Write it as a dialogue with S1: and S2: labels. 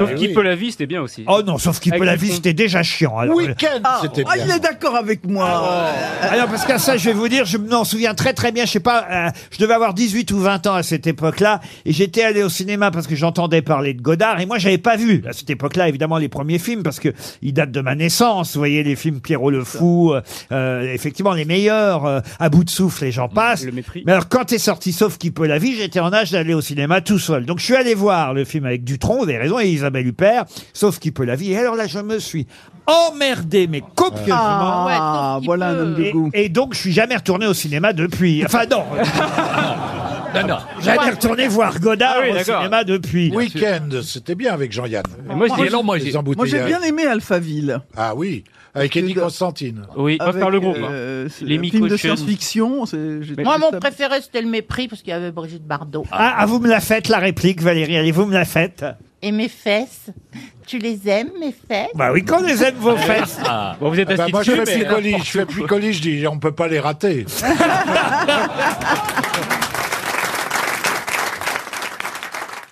S1: Sauf qu'il peut
S2: la vie, c'était bien aussi.
S3: Eh Oh non, sauf qu'il peut la vie, c'était déjà chiant. alors.
S4: Week-end,
S3: Ah,
S4: c'était
S3: ah,
S4: bien. Ah
S3: il est
S4: d'accord avec moi.
S3: Alors Ah parce qu'à ça, je vais vous dire, je m'en souviens très très bien. Je sais pas, euh, je devais avoir 18 ou 20 ans à cette époque-là, et j'étais allé au cinéma parce que j'entendais parler de Godard, et moi j'avais pas vu à cette époque-là évidemment les premiers films parce que ils datent de ma naissance. Vous voyez les films Pierrot le fou, euh, euh, effectivement les meilleurs, euh, à bout de souffle, et j'en passe.
S2: Le mépris.
S3: ah, Mais alors quand est sorti Sauf qui peut la vie, j'étais en âge d'aller au cinéma tout seul. Donc je suis allé voir le film avec Dutronc, vous avez raison, et Isabelle Huppert, Sauf qui peut la vie. Et alors là, je me suis emmerdé, mais copieusement.
S4: Ah, ouais, Sauf qu'il voilà un peut. homme de
S3: Et-
S4: goût.
S3: et donc, je suis jamais retourné au cinéma depuis. Enfin, non.
S5: Non, non.
S3: Jamais retourné voir Godard
S5: Ah oui,
S3: au
S5: d'accord.
S3: cinéma depuis.
S5: Week-end, c'était bien avec Jean-Yann.
S3: Et moi, je dis- alors, moi,
S5: Les
S3: j'ai-
S4: Moi, j'ai
S5: embouteillages.
S4: bien aimé Alphaville.
S5: Ah oui, avec Eddie Constantine.
S2: Oui,
S4: Avec,
S2: par le groupe. hein.
S4: euh, c'est
S2: Les
S4: un film de
S2: Mycochums.
S4: science-fiction. c'est- j'ai
S6: Moi,
S4: trouvé
S6: mon
S4: ça-
S6: préféré, c'était le mépris parce qu'il y avait Brigitte Bardot.
S3: Ah, ah, vous me la faites, la réplique, Valérie. Allez, vous me la faites.
S6: Et mes fesses. Tu les aimes, mes fesses
S3: Bah oui, quand les aime vos fesses.
S2: Bon, vous êtes
S5: Bah,
S2: assis
S5: moi, je
S2: dessus, euh,
S5: fais
S2: mais-
S5: Piccoli, je fais Piccoli, je dis, on peut pas les rater.